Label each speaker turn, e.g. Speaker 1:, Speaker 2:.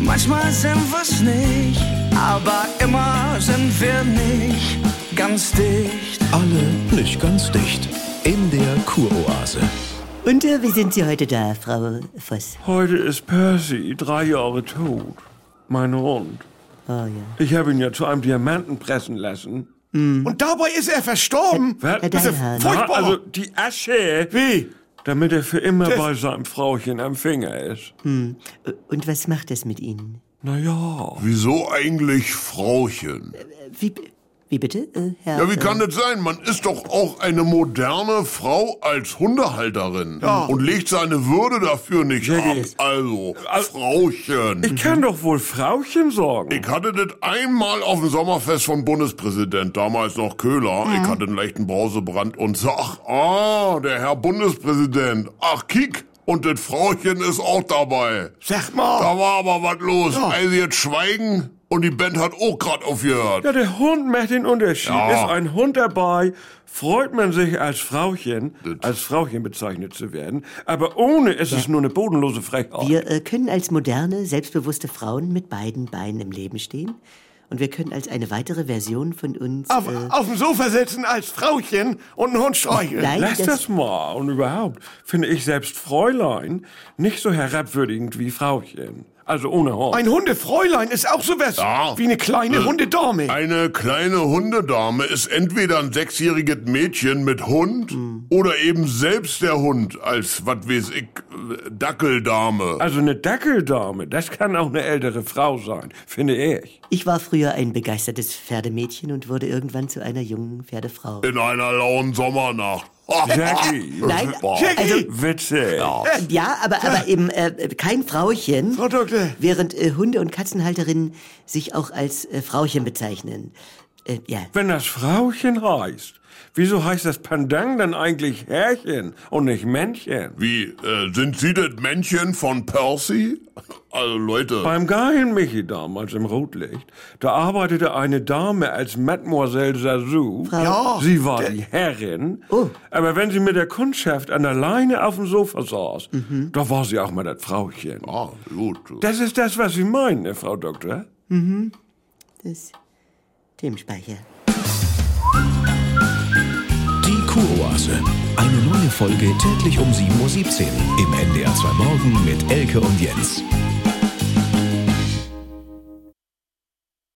Speaker 1: Manchmal sind wir's nicht, aber immer sind wir nicht ganz dicht.
Speaker 2: Alle nicht ganz dicht. In der Kuroase.
Speaker 3: Und äh, wie sind Sie heute da, Frau Voss?
Speaker 4: Heute ist Percy drei Jahre tot. Mein Hund.
Speaker 3: Oh ja.
Speaker 4: Ich habe ihn ja zu einem Diamanten pressen lassen.
Speaker 5: Und dabei ist er verstorben.
Speaker 4: Was?
Speaker 3: Herr
Speaker 5: ist
Speaker 3: Deinhard.
Speaker 4: Na,
Speaker 5: furchtbar.
Speaker 4: also die Asche,
Speaker 5: Wie?
Speaker 4: damit er für immer bei seinem Frauchen am Finger ist.
Speaker 3: Äh, Und was macht das mit Ihnen?
Speaker 4: Na ja.
Speaker 6: Wieso eigentlich Frauchen?
Speaker 3: Äh, Wie, b- wie bitte, äh, Herr?
Speaker 6: Ja, wie
Speaker 3: äh,
Speaker 6: kann das sein? Man ist doch auch eine moderne Frau als Hundehalterin und legt seine Würde dafür nicht ab. Also,
Speaker 4: Ich
Speaker 6: Frauchen.
Speaker 4: kann doch wohl Frauchen sorgen.
Speaker 6: Ich hatte das einmal auf dem Sommerfest von Bundespräsident, damals noch Köhler. Ich hatte einen leichten Brausebrand und sag, ah, der Herr Bundespräsident. Ach, kick. Und das Frauchen ist auch dabei.
Speaker 5: Sag mal.
Speaker 6: Da war aber was los. Also jetzt schweigen und die Band hat auch gerade aufgehört.
Speaker 4: Ja, der Hund macht den Unterschied.
Speaker 6: Ja.
Speaker 4: Ist ein Hund dabei, freut man sich als Frauchen, als Frauchen bezeichnet zu werden. Aber ohne ist es nur eine bodenlose Frechheit.
Speaker 3: Wir äh, können als moderne, selbstbewusste Frauen mit beiden Beinen im Leben stehen. Und wir können als eine weitere Version von uns.
Speaker 5: Auf,
Speaker 3: äh,
Speaker 5: auf dem Sofa sitzen als Frauchen und einen Hund streicheln.
Speaker 3: Nein,
Speaker 4: Lass
Speaker 3: das-
Speaker 4: das, mal. Und überhaupt finde ich selbst Fräulein nicht so herabwürdigend wie Frauchen. Also ohne Horn.
Speaker 5: Ein Hundefräulein ist auch sowas
Speaker 6: Ja.
Speaker 5: wie eine kleine
Speaker 6: Äh,
Speaker 5: Hundedame.
Speaker 6: Eine kleine Hundedame ist entweder ein sechsjähriges Mädchen mit Hund oder eben selbst der Hund als, was weiß ich, äh, Dackeldame.
Speaker 4: Also eine Dackeldame, das kann auch eine ältere Frau sein, finde ich.
Speaker 3: Ich war früher ein begeistertes Pferdemädchen und wurde irgendwann zu einer jungen Pferdefrau.
Speaker 6: In einer lauen Sommernacht.
Speaker 5: Äh,
Speaker 4: Jackie.
Speaker 3: Nein,
Speaker 6: Boah.
Speaker 3: also,
Speaker 4: Witzig.
Speaker 3: ja, aber, aber eben äh, kein Frauchen,
Speaker 5: Frau Doktor.
Speaker 3: während äh, Hunde- und Katzenhalterinnen sich auch als äh, Frauchen bezeichnen. Äh, ja,
Speaker 4: Wenn das Frauchen heißt, wieso heißt das Pandang dann eigentlich Herrchen und nicht Männchen?
Speaker 6: Wie, äh, sind Sie das Männchen von Percy? Also Leute,
Speaker 4: Beim geilen Michi damals im Rotlicht, da arbeitete eine Dame als Mademoiselle Sassou.
Speaker 3: Ja.
Speaker 4: sie war die Herrin. Aber wenn sie mit der Kundschaft an der Leine auf dem Sofa saß, da war sie auch mal das Frauchen.
Speaker 6: ah, gut.
Speaker 4: Das ist das, was Sie meinen, ne, Frau Doktor.
Speaker 3: das Themenspeicher.
Speaker 2: Die Kuroase. Eine neue Folge täglich um 7.17 Uhr. Im NDR 2 Morgen mit Elke und Jens.